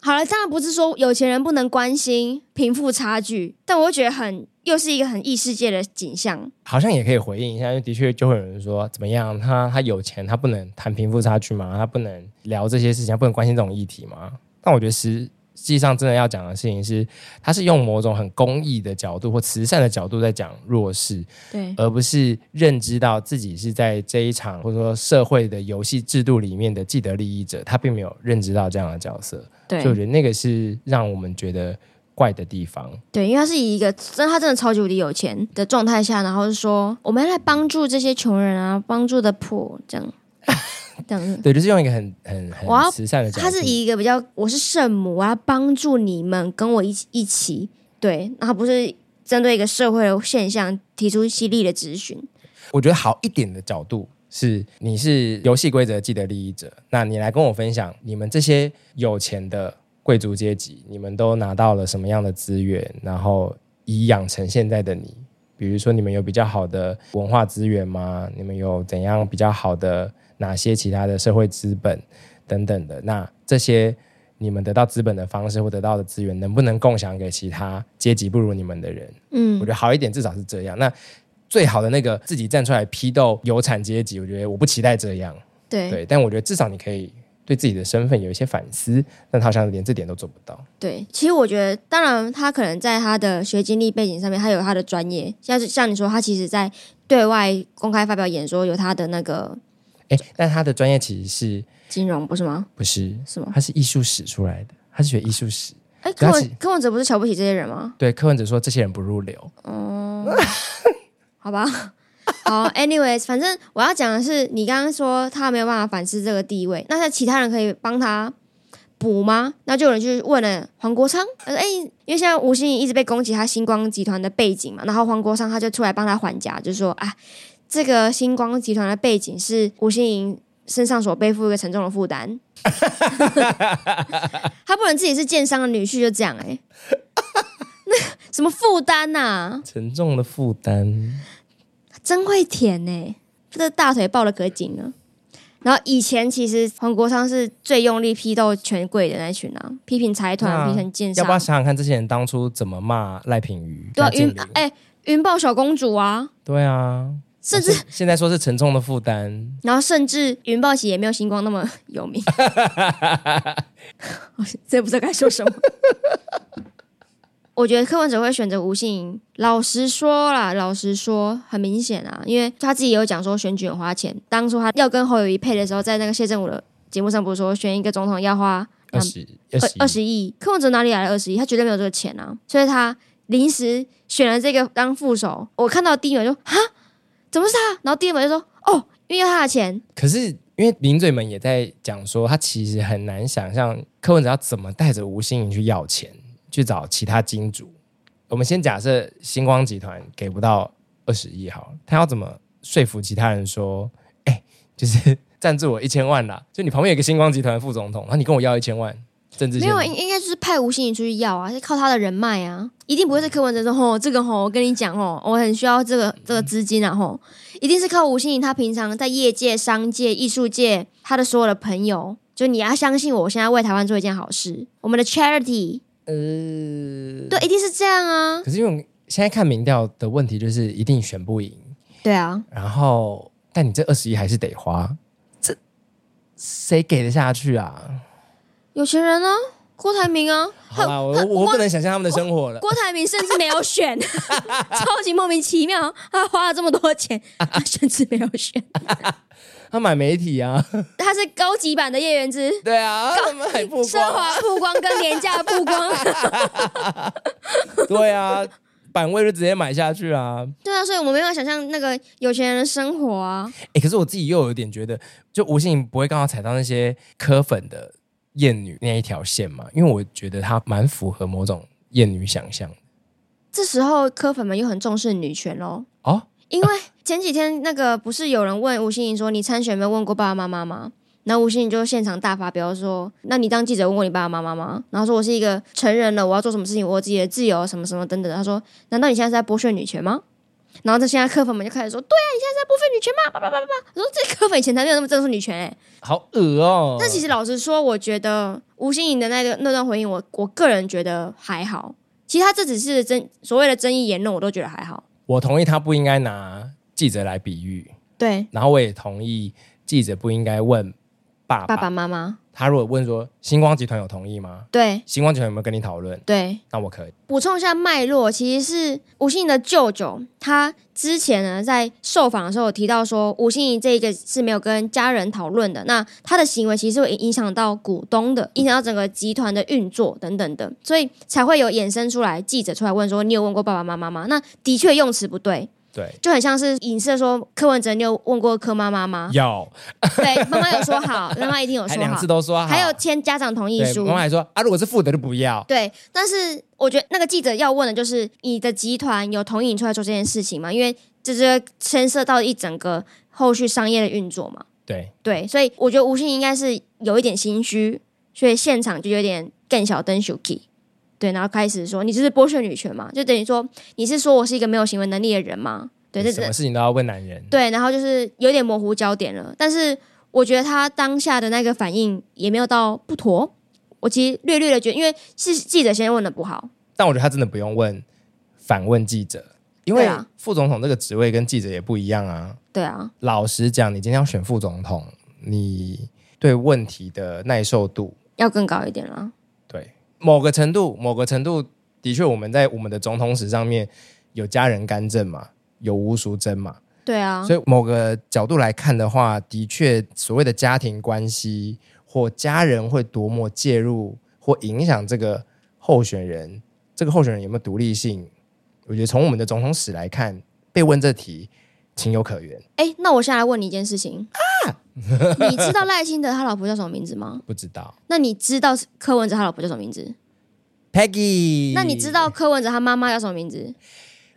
Speaker 2: 好了。当然不是说有钱人不能关心贫富差距，但我会觉得很又是一个很异世界的景象。
Speaker 1: 好像也可以回应一下，因为的确就会有人说，怎么样，他他有钱，他不能谈贫富差距吗？他不能聊这些事情，他不能关心这种议题吗？但我觉得实实际上真的要讲的事情是，他是用某种很公益的角度或慈善的角度在讲弱势，
Speaker 2: 对，
Speaker 1: 而不是认知到自己是在这一场或者说社会的游戏制度里面的既得利益者，他并没有认知到这样的角色，所以我
Speaker 2: 对，
Speaker 1: 觉得那个是让我们觉得怪的地方。
Speaker 2: 对，因为他是以一个真他真的超级无敌有钱的状态下，然后是说我们要来帮助这些穷人啊，帮助的破这 样，这样子。
Speaker 1: 对，就是用一个很很
Speaker 2: 我要
Speaker 1: 很慈善的角度，
Speaker 2: 他是以一个比较，我是圣母，我要帮助你们跟我一起一起，对，然后不是针对一个社会的现象提出犀利的咨询，
Speaker 1: 我觉得好一点的角度是，你是游戏规则的既得利益者，那你来跟我分享你们这些有钱的贵族阶级，你们都拿到了什么样的资源，然后以养成现在的你。比如说，你们有比较好的文化资源吗？你们有怎样比较好的哪些其他的社会资本等等的？那这些你们得到资本的方式或得到的资源，能不能共享给其他阶级不如你们的人？
Speaker 2: 嗯
Speaker 1: 我觉，得好一点至少是这样。那最好的那个自己站出来批斗有产阶级，我觉得我不期待这样，
Speaker 2: 对
Speaker 1: 对，但我觉得至少你可以对自己的身份有一些反思，但他好像连这点都做不到。
Speaker 2: 对其实我觉得，当然他可能在他的学经历背景上面，他有他的专业，像是像你说，他其实在对外公开发表演说，有他的那个
Speaker 1: 哎，但他的专业其实是
Speaker 2: 金融，不是吗？
Speaker 1: 不是？
Speaker 2: 是吗？
Speaker 1: 他是艺术史出来的，他是学艺术史。
Speaker 2: 哎，柯
Speaker 1: 他是
Speaker 2: 文柯文哲不是瞧不起这些人吗？
Speaker 1: 对，柯文哲说这些人不入流，
Speaker 2: 哦，好吧， 好，anyways，反正我要讲的是，你刚刚说他没有办法反思这个地位，那他其他人可以帮他补吗？那就有人去问了黄国昌，他说：“哎、因为现在吴欣颖一直被攻击他星光集团的背景嘛，然后黄国昌他就出来帮他还价，就说：啊，这个星光集团的背景是吴欣颖身上所背负一个沉重的负担。”他不能自己是建商的女婿就这样哎、 那什么负担啊呐、
Speaker 1: 沉重的负担。
Speaker 2: 欸真会舔呢、这大腿抱的可紧了。然后以前其实黄国昌是最用力批斗权贵的那群啊，批评财
Speaker 1: 那
Speaker 2: 团、批评奸
Speaker 1: 要不要
Speaker 2: 商，
Speaker 1: 想想看这些人当初怎么骂赖品妤？
Speaker 2: 对啊，
Speaker 1: 赖静
Speaker 2: 云
Speaker 1: 蕾
Speaker 2: 哎云豹小公主啊，
Speaker 1: 对啊，
Speaker 2: 甚至
Speaker 1: 现现在说是沉重的负担，
Speaker 2: 然后甚至云豹喜也没有星光那么有 名，我真的不知道该说什么。我觉得柯文哲会选择吴信莹，老实说啦，老实说，很明显啊，因为他自己也有讲说选举很花钱。当初他要跟侯友谊配的时候，在那个谢振武的节目上不是说选一个总统要花
Speaker 1: 二
Speaker 2: 嗯
Speaker 1: 十二
Speaker 2: 二
Speaker 1: 十
Speaker 2: 二十亿，柯文哲哪里来的二十亿？他绝对没有这个钱啊！所以他临时选了这个当副手。我看到第一秒就哈，怎么是他？然后第二秒就说哦，因为要他的钱。
Speaker 1: 可是因为零嘴们也在讲说，他其实很难想象柯文哲要怎么带着吴欣颖去要钱，去找其他金主。我们先假设星光集团给不到二十亿好了，他要怎么说服其他人说，哎、就是赞助我一千万啦？就你旁边有一个星光集团副总统，然后你跟我要一千万，政治现
Speaker 2: 没
Speaker 1: 金
Speaker 2: 有，应应该就是派吴欣颖出去要啊，是靠他的人脉啊，一定不会是柯文哲说吼、这个吼、我跟你讲吼、我很需要这个这个资金啊吼、一定是靠吴欣颖他平常在业界、商界、艺术界他的所有的朋友，就你要相信我，我现在为台湾做一件好事，我们的 charity，
Speaker 1: 呃，
Speaker 2: 对，一定是这样啊，
Speaker 1: 可是因为我们现在看民调的问题就是一定选不赢，
Speaker 2: 对啊，
Speaker 1: 然后但你这二十亿还是得花，这谁给得下去啊？
Speaker 2: 有钱人啊，郭台铭啊，
Speaker 1: 好啦，我
Speaker 2: 他
Speaker 1: 我不能想象他们的生活了。
Speaker 2: 郭台铭甚至没有选， 超级莫名其妙，他花了这么多钱，他甚至没有选，
Speaker 1: 他买媒体啊，
Speaker 2: 他是高级版的叶元之。
Speaker 1: 对啊，他们还不
Speaker 2: 奢
Speaker 1: 光，
Speaker 2: 华曝光跟廉价曝光，
Speaker 1: 对啊，版位就直接买下去啊。
Speaker 2: 对啊，所以我们没办法想象那个有钱人的生活啊。
Speaker 1: 哎，可是我自己又有点觉得，就吴信不会刚好踩到那些科粉的艳女那一条线嘛，因为我觉得她蛮符合某种艳女想象的
Speaker 2: 这时候柯粉们又很重视女权咯，
Speaker 1: 哦。
Speaker 2: 因为前几天那个不是有人问吴欣颖说：“你参选有没有问过爸爸妈妈吗？”然后吴欣颖就现场大发飙说：“那你当记者问过你爸爸妈妈吗？”然后说：“我是一个成人了，我要做什么事情，我有自己的自由，什么什么等等。”他说：“难道你现在是在剥削女权吗？”然后这现在柯粉们就开始说：“对啊，你现在在剥削女权吗？”叭叭叭叭叭！我说这柯粉以前才没有那么重视女权哎、
Speaker 1: 好恶哦！
Speaker 2: 那其实老实说，我觉得吴欣颖的那个那段回应我，我个人觉得还好。其实他这只是争所谓的争议言论，我都觉得还好。
Speaker 1: 我同意他不应该拿记者来比喻，
Speaker 2: 对，
Speaker 1: 然后我也同意记者不应该问爸
Speaker 2: 爸爸妈妈，
Speaker 1: 他如果问说星光集团有同意吗？
Speaker 2: 对
Speaker 1: 星光集团有没有跟你讨论？
Speaker 2: 对。
Speaker 1: 那我可以。
Speaker 2: 补充一下脉络，其实是吴欣颖的舅舅，他之前呢在受访的时候有提到说，吴欣颖这一个是没有跟家人讨论的，那他的行为其实会影响到股东的，影响到整个集团的运作等等的，所以才会有衍生出来记者出来问说，你有问过爸爸妈妈吗？那的确用词不对，
Speaker 1: 对，？
Speaker 2: 就很像是影射说柯文哲，你有问过柯妈妈吗
Speaker 1: 有，
Speaker 2: 对，妈妈有 说好，妈妈一定有
Speaker 1: 还
Speaker 2: 啊说
Speaker 1: 两
Speaker 2: 好
Speaker 1: 次，都说好，
Speaker 2: 还有签家长同意
Speaker 1: 对，
Speaker 2: 书
Speaker 1: 妈。妈还说啊，如果是负的就不要。
Speaker 2: 对，但是我觉得那个记者要问的就是，你的集团有同意你出来做这件事情吗？因为这就牵涉到一整个后续商业的运作嘛。
Speaker 1: 对，
Speaker 2: 对，所以我觉得吴昕应该是有一点心虚，所以现场就有点更小灯 Shuki。对，然后开始说你这是剥削女权嘛，就等于说你是说我是一个没有行为能力的人吗？对，这
Speaker 1: 什
Speaker 2: 这
Speaker 1: 么事情都要问男人。
Speaker 2: 对，然后就是有点模糊焦点了。但是我觉得他当下的那个反应也没有到不妥。我其实略略的觉得，因为是记者先问的不好，
Speaker 1: 但我觉得他真的不用问，反问记者，因为
Speaker 2: 对啊
Speaker 1: 副总统这个职位跟记者也不一样啊。
Speaker 2: 对啊，
Speaker 1: 老实讲，你今天要选副总统，你对问题的耐受度，
Speaker 2: 要更高一点啦。
Speaker 1: 对某个程度，某个程度的确，我们在我们的总统史上面有家人干政嘛，有吴淑珍嘛，
Speaker 2: 对啊，
Speaker 1: 所以某个角度来看的话，的确所谓的家庭关系或家人会多么介入或影响这个候选人，这个候选人有没有独立性？我觉得从我们的总统史来看，被问这题情有可原。
Speaker 2: 哎，那我现在来问你一件事情你知道赖清德他老婆叫什么名字吗？
Speaker 1: 不知道
Speaker 2: 那你知道柯文哲他老婆叫什么名字？
Speaker 1: Peggy，
Speaker 2: 那你知道柯文哲他妈妈叫什么名字？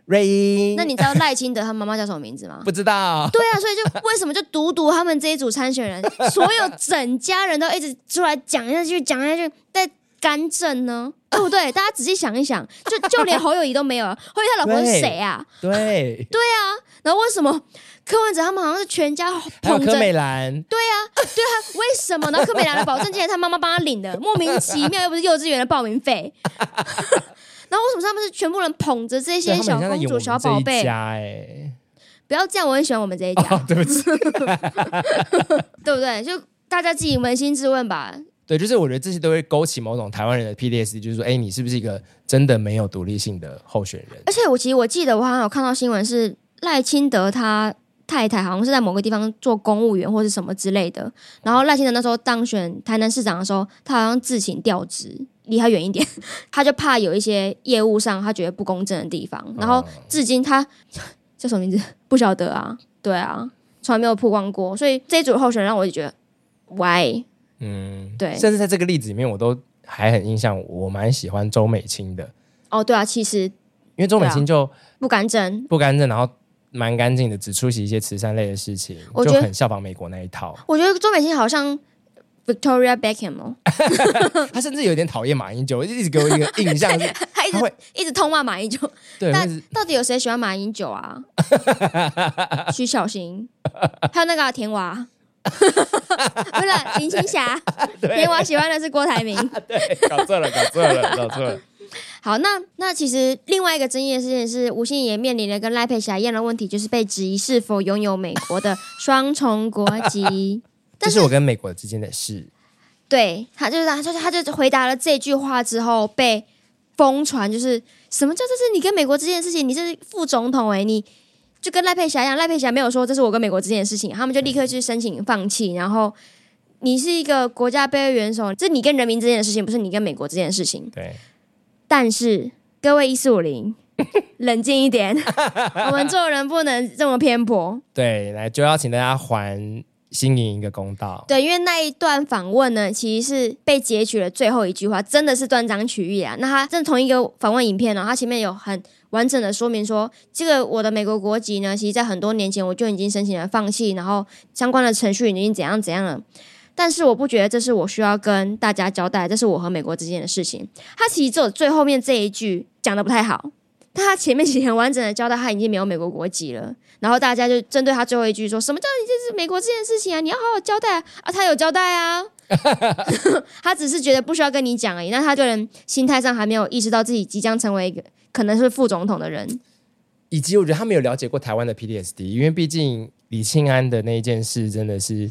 Speaker 1: 瑞英？
Speaker 2: 那你知道赖清德他妈妈叫什么名字吗？
Speaker 1: 不知道？
Speaker 2: 对啊，所以就为什么就独独他们这一组参 选人，所有整家人都一直出来讲下去，讲下去，在干政呢？对不对？大家仔细想一想，就就连侯友谊都没 有，啊侯友谊他老婆是
Speaker 1: 对
Speaker 2: 谁啊？
Speaker 1: 对，
Speaker 2: 然后为什么柯文哲他们好像是全家
Speaker 1: 还有
Speaker 2: 捧着
Speaker 1: 柯美兰，
Speaker 2: 对啊，为什么？然后柯美兰的保证金是他妈妈帮他领的，莫名其妙，又不是幼稚园的报 名费。然后为什么他们是全部人捧着这
Speaker 1: 对
Speaker 2: 些
Speaker 1: 他们
Speaker 2: 小
Speaker 1: 很像在
Speaker 2: 公
Speaker 1: 演我
Speaker 2: 主、
Speaker 1: 们
Speaker 2: 小
Speaker 1: 这
Speaker 2: 宝
Speaker 1: 一
Speaker 2: 贝？
Speaker 1: 家哎，
Speaker 2: 不要这样，我很喜欢我们这一家，
Speaker 1: 哦，对不起，
Speaker 2: 对不对？就大家自己扪心自问吧。
Speaker 1: 对，就是我觉得这些都会勾起某种台湾人的 PDS，就是说，哎，你是不是一个真的没有独立性的候选人？
Speaker 2: 而且我其实我记得我好像有看到新闻是赖清德他太太好像是在某个地方做公务员或是什么之类的，然后赖清德那时候当选台南市长的时候，他好像自请调职，离他远一点， 他就怕有一些业务上他觉得不公正的地方，然后至今他叫什么名字不晓得啊，对啊，从来没有曝光过，所以这一组候选人让我就觉得 why
Speaker 1: 嗯，
Speaker 2: 对
Speaker 1: 甚至在这个例子里面，我都还很印象，我蛮喜欢周美青的，
Speaker 2: 哦对啊，其实
Speaker 1: 因为周
Speaker 2: 啊
Speaker 1: 美青就
Speaker 2: 不敢争，
Speaker 1: 不干净，然后蛮干净的，只出席一些慈善类的事情，
Speaker 2: 我
Speaker 1: 就
Speaker 2: 觉得
Speaker 1: 很效仿美国那一套。
Speaker 2: 我觉得周美青好像 Victoria Beckham 哦，
Speaker 1: 他甚至有点讨厌马英九，一直给我一个印象 是，
Speaker 2: 她一直
Speaker 1: 他会
Speaker 2: 一直痛骂马英九。
Speaker 1: 对，
Speaker 2: 但
Speaker 1: 会是
Speaker 2: 到底有谁喜欢马英 九啊？徐小新，还有那个啊田 娃，不是啊林青霞，田娃喜欢的是郭台铭。
Speaker 1: 对，搞错了，搞错了，搞错 了。
Speaker 2: 好，那那其实另外一个争议的事情是，吴欣也面临了跟赖佩霞一样的问题，就是被质疑是否拥有美国的双重国籍。
Speaker 1: 这
Speaker 2: 但
Speaker 1: 是我跟美国之间的事，
Speaker 2: 对他就是他就是他就回答了这句话之后被疯传，就是什么叫这是你跟美国之间的事情？你这是副总统哎、你就跟赖佩霞一样，赖佩霞没有说这是我跟美国之间的事情，他们就立刻去申请放弃。然后你是一个国家杯元首，这是你跟人民之间的事情，不是你跟美国之间的事情。
Speaker 1: 对，
Speaker 2: 但是各位一四五零，冷静一点， 我们做人不能这么偏颇。
Speaker 1: 对，来就要请大家还新颖一个公道。
Speaker 2: 对，因为那一段访问呢，其实是被截取了最后一句话，真的是断章取义啊。那他这同一个访问影片呢、他前面有很完整的说明说，这个我的美国国籍呢，其实在很多年前我就已经申请了放弃，然后相关的程序已经怎样怎样了。但是我不觉得这是我需要跟大家交代，这是我和美国之间的事情。他其实只有最后面这一句讲的不太好，但他前面其实很完整的交代他已经没有美国国籍了。然后大家就针对他最后一句说什么叫你这是美国这件事情啊，你要好好交代啊！啊他有交代啊， 他只是觉得不需要跟你讲而已。那他就能心态上还没有意识到自己即将成为一个可能是副总统的人。
Speaker 1: 以及我觉得他没有了解过台湾的 PDSD，因为毕竟李庆安的那一件事真的是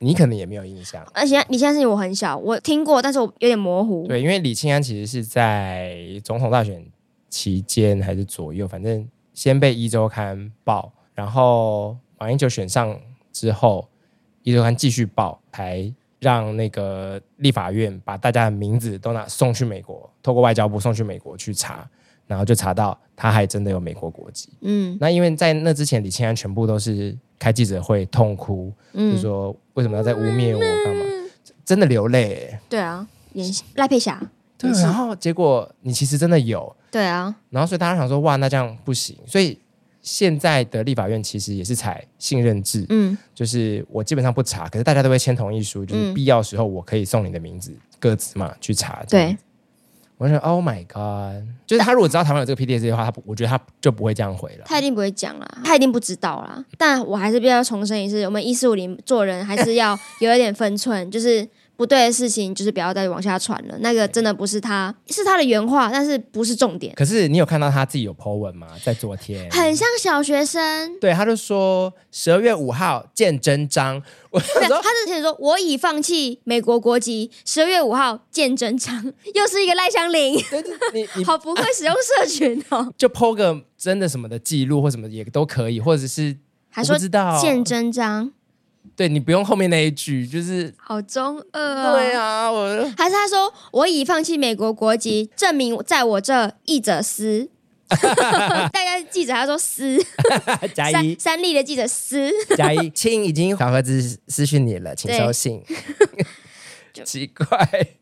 Speaker 1: 你可能也没有印象。
Speaker 2: 而且你现在事情我很小，我听过，但是我有点模糊。
Speaker 1: 对，因为李庆安其实是在总统大选期间还是左右，反正先被《一周刊》报，然后马英九选上之后，《一周刊》继续报，才让那个立法院把大家的名字都拿送去美国，透过外交部送去美国去查，然后就查到他还真的有美国国籍。
Speaker 2: 嗯
Speaker 1: 那因为在那之前，李庆安全部都是开记者会痛哭，就
Speaker 2: 嗯，
Speaker 1: 说为什么要在污蔑我干嘛？真的流泪、欸。
Speaker 2: 对啊，演戏赖佩霞，
Speaker 1: 对，然后结果你其实真的有，
Speaker 2: 对啊，
Speaker 1: 然后所以大家想说，哇，那这样不行。所以现在的立法院其实也是采信任制，
Speaker 2: 嗯
Speaker 1: 就是我基本上不查，可是大家都会签同意书，就是
Speaker 2: 嗯
Speaker 1: 必要时候我可以送你的名字、各自嘛去查。这样
Speaker 2: 对，。
Speaker 1: 我就说 Oh my God，就是他如果知道台湾有这个 PDS 的话，他不我觉得他就不会这样回了。
Speaker 2: 他一定不会讲啦，他一定不知道啦。但我还是必须要重申一次，我们一四五零做人还是要有一点分寸， 就是不对的事情就是不要再往下传了。那个真的不是他，是他的原话，但是不是重点，
Speaker 1: 可是你有看到他自己有 po 文吗？在昨天，
Speaker 2: 很像小学生。
Speaker 1: 对，他就说十二月五号见真章。我想
Speaker 2: 对，他
Speaker 1: 说，
Speaker 2: 之前说我已放弃美国国籍，十二月五号见真章，又是一个赖香林，
Speaker 1: 对对你你
Speaker 2: 好不会使用社群 哦，
Speaker 1: 就 PO 个真的什么的记录或什么也都可以，或者是
Speaker 2: 还说
Speaker 1: 我不知道
Speaker 2: 见真章，
Speaker 1: 对你不用后面那一句，就是、
Speaker 2: 好中二哦。
Speaker 1: 对啊，我
Speaker 2: 还是他说我已放弃美国国籍，证明在我这译 者思。大家记者他说思
Speaker 1: 加
Speaker 2: 三
Speaker 1: 一
Speaker 2: 三立的记者思，
Speaker 1: 加 一，亲已经小盒子私讯你了，请
Speaker 2: 对
Speaker 1: 收 信。奇怪，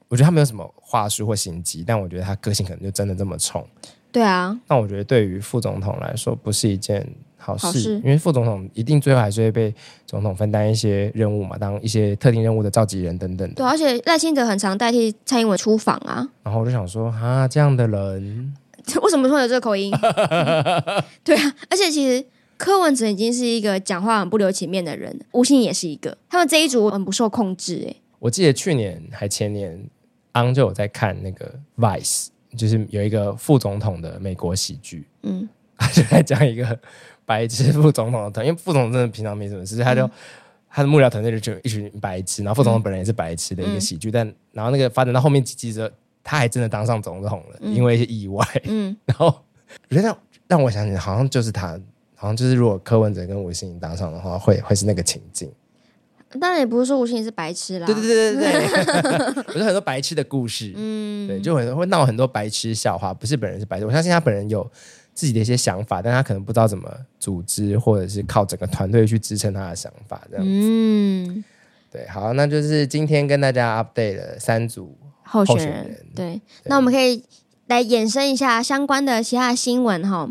Speaker 1: 我觉得他没有什么话术或心机，但我觉得他个性可能就真的这么冲。
Speaker 2: 对啊，
Speaker 1: 那我觉得对于副总统来说，不是一件好
Speaker 2: 好
Speaker 1: 事
Speaker 2: 事，
Speaker 1: 因为副总统一定最后还是会被总统分担一些任务嘛，当一些特定任务的召集人等等的。
Speaker 2: 对，啊而且赖清德很常代替蔡英文出访啊，
Speaker 1: 然后我就想说，哈，这样的人，
Speaker 2: 为什么会有这个 口音？嗯对啊，而且其实柯文哲已经是一个讲话很不留情面的人，吴欣也是一个，他们这一组很不受控 制哎、
Speaker 1: 我记得去年还前年，昂就有在看那个 Vice，就是有一个副总统的美国喜剧，
Speaker 2: 嗯，
Speaker 1: 他就在讲一个白痴副总统的团，因为副总统真的平常没什么事，他就、他的幕僚团队就就一群白痴，然后副总统本人也是白痴的一个喜剧，但然后那个发展到后面几季之后，他还真的当上总统了，因为一些意外，
Speaker 2: 嗯，
Speaker 1: 然后我觉得让让我想起，好像就是他，好像就是如果柯文哲跟吴欣颖搭上的话，会会是那个情境。
Speaker 2: 当然也不是说吴欣也是白痴啦，
Speaker 1: 对对对对对，我觉得很多白痴的故事，
Speaker 2: 嗯，
Speaker 1: 对，就很会闹很多白痴笑话。不是本人是白痴，我相信他本人有自己的一些想法，但他可能不知道怎么组织，或者是靠整个团队去支撑他的想法。这样、
Speaker 2: 嗯，
Speaker 1: 对，好，那就是今天跟大家 update 了三组，
Speaker 2: 候选
Speaker 1: 选
Speaker 2: 人
Speaker 1: 人
Speaker 2: 对，那我们可以来衍生一下相关的其他的新闻哈。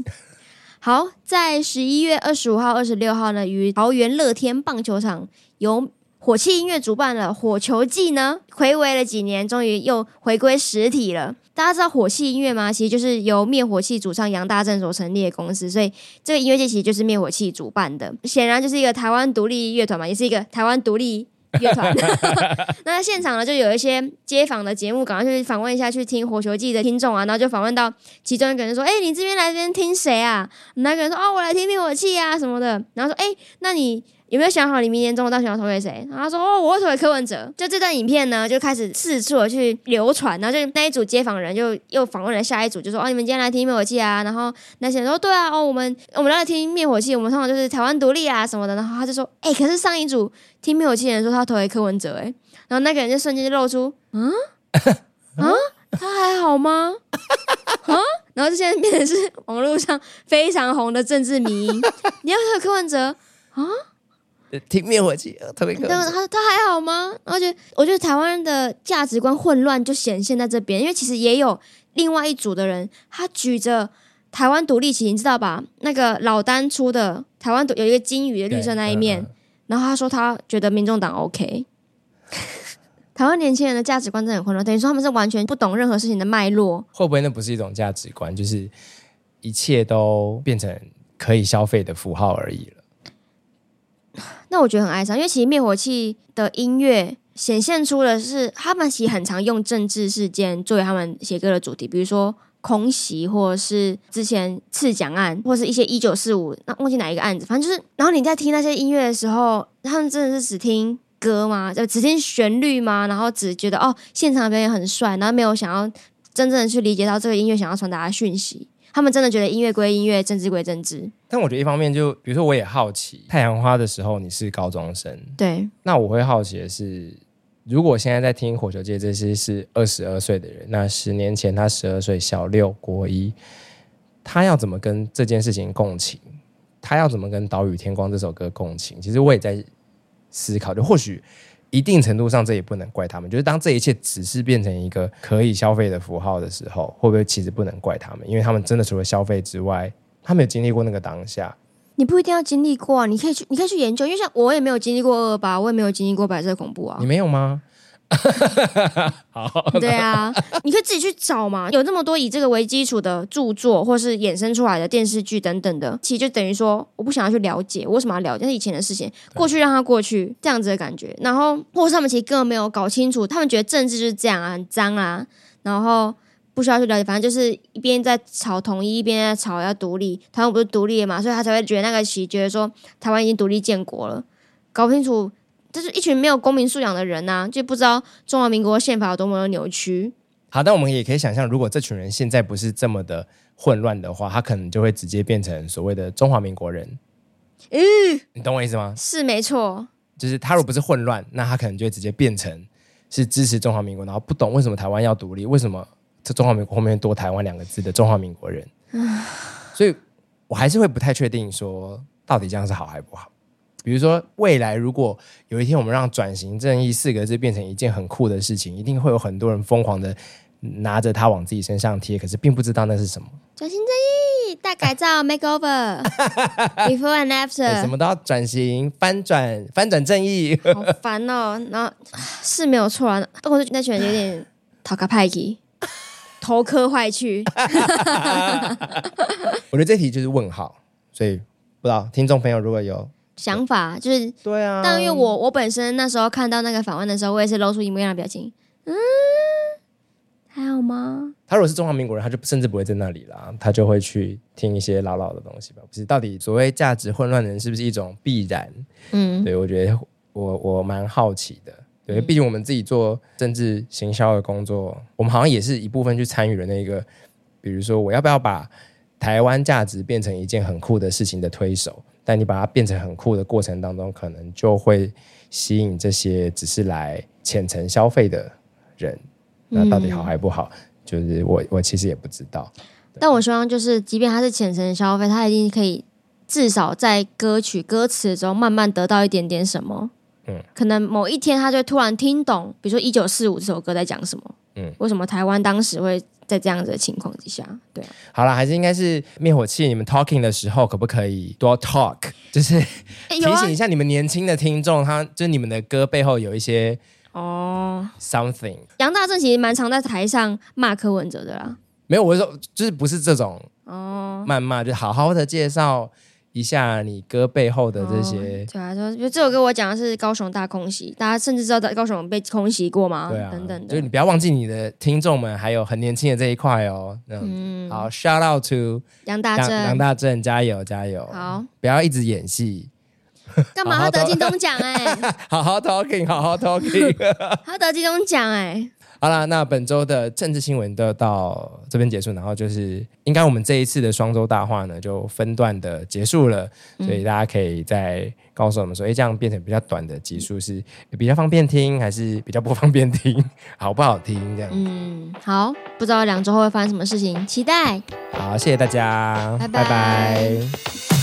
Speaker 2: 好，在十一月二十五号、二十六号呢，于桃园乐天棒球场由火气音乐主办了火球季呢，回违了几年，终于又回归实体了。大家知道火气音乐吗？其实就是由灭火器主唱杨大正所成立的公司，所以这个音乐季其实就是灭火器主办的。显然就是一个台湾独立乐团嘛，也是一个台湾独立乐团。 那现场呢，就有一些街访的节目，赶快去访问一下去听《火球季》的听众啊，然后就访问到其中一个人说：“哎、你这边来这边听谁啊？”那个人说：“哦，我来听灭火器啊什么的。”然后说：“哎、那你有没有想好你明年中午到底想要投给谁？”然后他说：“哦，我会投给柯文哲。”就这段影片呢，就开始四处的去流传，然后就那一组街访人就又访问了下一组，就说：“哦，你们今天来听灭火器啊？”然后那些人说：“对啊，哦，我们我们来听灭火器，我们通常就是台湾独立啊什么的。”然后他就说：“哎、可是上一组听灭火器的人说他投给柯文哲、哎。”然后那个人就瞬间就露出，嗯、啊，他还好吗？啊，然后就现在变成是网络上非常红的政治迷因。你要说柯文哲，
Speaker 1: 呃听灭火器，呃特别可
Speaker 2: 但是他他还好吗？而且我觉得台湾人的价值观混乱就显现在这边，因为其实也有另外一组的人，他举着台湾独立旗，你知道吧？那个老丹出的台湾独有一个金鱼的绿色那一面，然后他说他觉得民众党 OK。台湾年轻人的价值观真的很混乱，等于说他们是完全不懂任何事情的脉络。
Speaker 1: 会不会那不是一种价值观，就是一切都变成可以消费的符号而已了？
Speaker 2: 那我觉得很哀伤，因为其实灭火器的音乐显现出的是他们其实很常用政治事件作为他们写歌的主题，比如说空袭，或者是之前刺蒋案，或是一些一九四五，那忘记哪一个案子，反正就是，然后你在听那些音乐的时候，他们真的是只听。歌吗？就只听旋律吗？然后只觉得哦，现场表演很帅，然后没有想要真正的去理解到这个音乐想要传达的讯息。他们真的觉得音乐归音乐，政治归政治。
Speaker 1: 但我觉得一方面就，比如说我也好奇，太阳花的时候你是高中生，
Speaker 2: 对，
Speaker 1: 那我会好奇的是，如果现在在听《火球界》这些是二十二岁的人，那十年前他十二岁，小六国一，他要怎么跟这件事情共情？他要怎么跟《岛屿天光》这首歌共情？其实我也在思考，就或许一定程度上这也不能怪他们，就是当这一切只是变成一个可以消费的符号的时候，会不会其实不能怪他们？因为他们真的除了消费之外，他们有经历过那个当下，
Speaker 2: 你不一定要经历过、啊，你可以去，你可以去研究，因为像我也没有经历过二二八，我也没有经历过白色恐怖啊
Speaker 1: 你。没有吗？
Speaker 2: 对啊，你可以自己去找嘛，有这么多以这个为基础的著作，或是衍生出来的电视剧等等的，其实就等于说，我不想要去了解，我为什么要了解那是以前的事情，过去让它过去，这样子的感觉。然后，或是他们其实根本没有搞清楚，他们觉得政治就是这样啊，很脏啊，然后。不需要去了解，反正就是一边在吵统一，一边在吵要独立。台湾不是独立了嘛，所以他才会觉得那个旗，觉得说台湾已经独立建国了。搞不清楚，这是一群没有公民素养的人呐、就不知道中华民国宪法有多么的扭曲。
Speaker 1: 好，但我们也可以想象，如果这群人现在不是这么的混乱的话，他可能就会直接变成所谓的中华民国人。嗯，你懂我意思吗？
Speaker 2: 是没错，
Speaker 1: 就是他如果不是混乱，那他可能就会直接变成是支持中华民国，然后不懂为什么台湾要独立，为什么这中华民国后面多“台湾”两个字的中华民国人。所以我还是会不太确定说到底这样是好还不好。比如说，未来如果有一天我们让“转型正义”四个字变成一件很酷的事情，一定会有很多人疯狂的拿着它往自己身上贴，可是并不知道那是什么。
Speaker 2: 转型正义，大改 造 makeover before and
Speaker 1: 对
Speaker 2: after，
Speaker 1: 什么都要转型、翻转、翻转正义。
Speaker 2: 好烦哦。然后 是没有错啊，但我就觉得那群人有点讨卡派 给，头磕坏去。
Speaker 1: 我觉得这题就是问号，所以不知道听众朋友如果有
Speaker 2: 想法就是，
Speaker 1: 对啊，
Speaker 2: 但因为我我本身那时候看到那个访问的时候，我也是露出一模一样的表情。嗯，还好吗？
Speaker 1: 他如果是中华民国人，他就甚至不会在那里啦，他就会去听一些老老的东西吧。不是，到底所谓价值混乱的人是不是一种必然？
Speaker 2: 嗯，
Speaker 1: 对我觉得我我蛮好奇的。对，毕竟我们自己做政治行销的工作，我们好像也是一部分去参与了那个，比如说我要不要把台湾价值变成一件很酷的事情的推手，但你把它变成很酷的过程当中，可能就会吸引这些只是来浅层消费的人，那到底好还不好？就是我我其实也不知道。
Speaker 2: 但我希望就是，即便他是浅层消费，他一定可以至少在歌曲歌词中慢慢得到一点点什么。
Speaker 1: 嗯
Speaker 2: 嗯，可能某一天他就会突然听懂，比如说《一九四五》这首歌在讲什么。
Speaker 1: 嗯
Speaker 2: 嗯，为什么台湾当时会在这样子的情况之下？对啊，
Speaker 1: 好了，还是应该是灭火器，你们 talking 的时候可不可以多 talk？就是
Speaker 2: 诶有
Speaker 1: 提
Speaker 2: 啊
Speaker 1: 醒一下你们年轻的听众，他就是你们的歌背后有一些
Speaker 2: 哦，
Speaker 1: something。
Speaker 2: 杨大正其实蛮常在台上骂柯文哲的啦。
Speaker 1: 没有，我是说就是不是这种
Speaker 2: 哦，
Speaker 1: 谩骂，就好好的介绍一下你歌背后的这些
Speaker 2: 哦。对啊，就就这首歌我讲的是高雄大空袭，大家甚至知道在高雄被空袭过吗？
Speaker 1: 对啊，
Speaker 2: 哦等等
Speaker 1: 就是你
Speaker 2: 的。
Speaker 1: 不要忘记你的听众们，还有很年轻的这一块哦。嗯，
Speaker 2: 嗯，
Speaker 1: 好，shout out to
Speaker 2: 杨大
Speaker 1: 杨杨
Speaker 2: 正，
Speaker 1: 大正，加油加油！
Speaker 2: 好，
Speaker 1: 不要一直演戏，
Speaker 2: 干嘛
Speaker 1: 好好
Speaker 2: 他
Speaker 1: 的
Speaker 2: 得金 钟奖哎？
Speaker 1: 好好 talking，好好 talking。
Speaker 2: 他得金钟奖哎，
Speaker 1: 好啦，那本周的政治新闻都到这边结束，然后就是应该我们这一次的双周大话呢，就分段的结束了，所以大家可以再告诉我们说，哎、这样变成比较短的集数是比较方便听，还是比较不方便听，好不好听？这样，
Speaker 2: 嗯，好，不知道两周后会发生什么事情，期待。
Speaker 1: 好，谢谢大家，
Speaker 2: 拜拜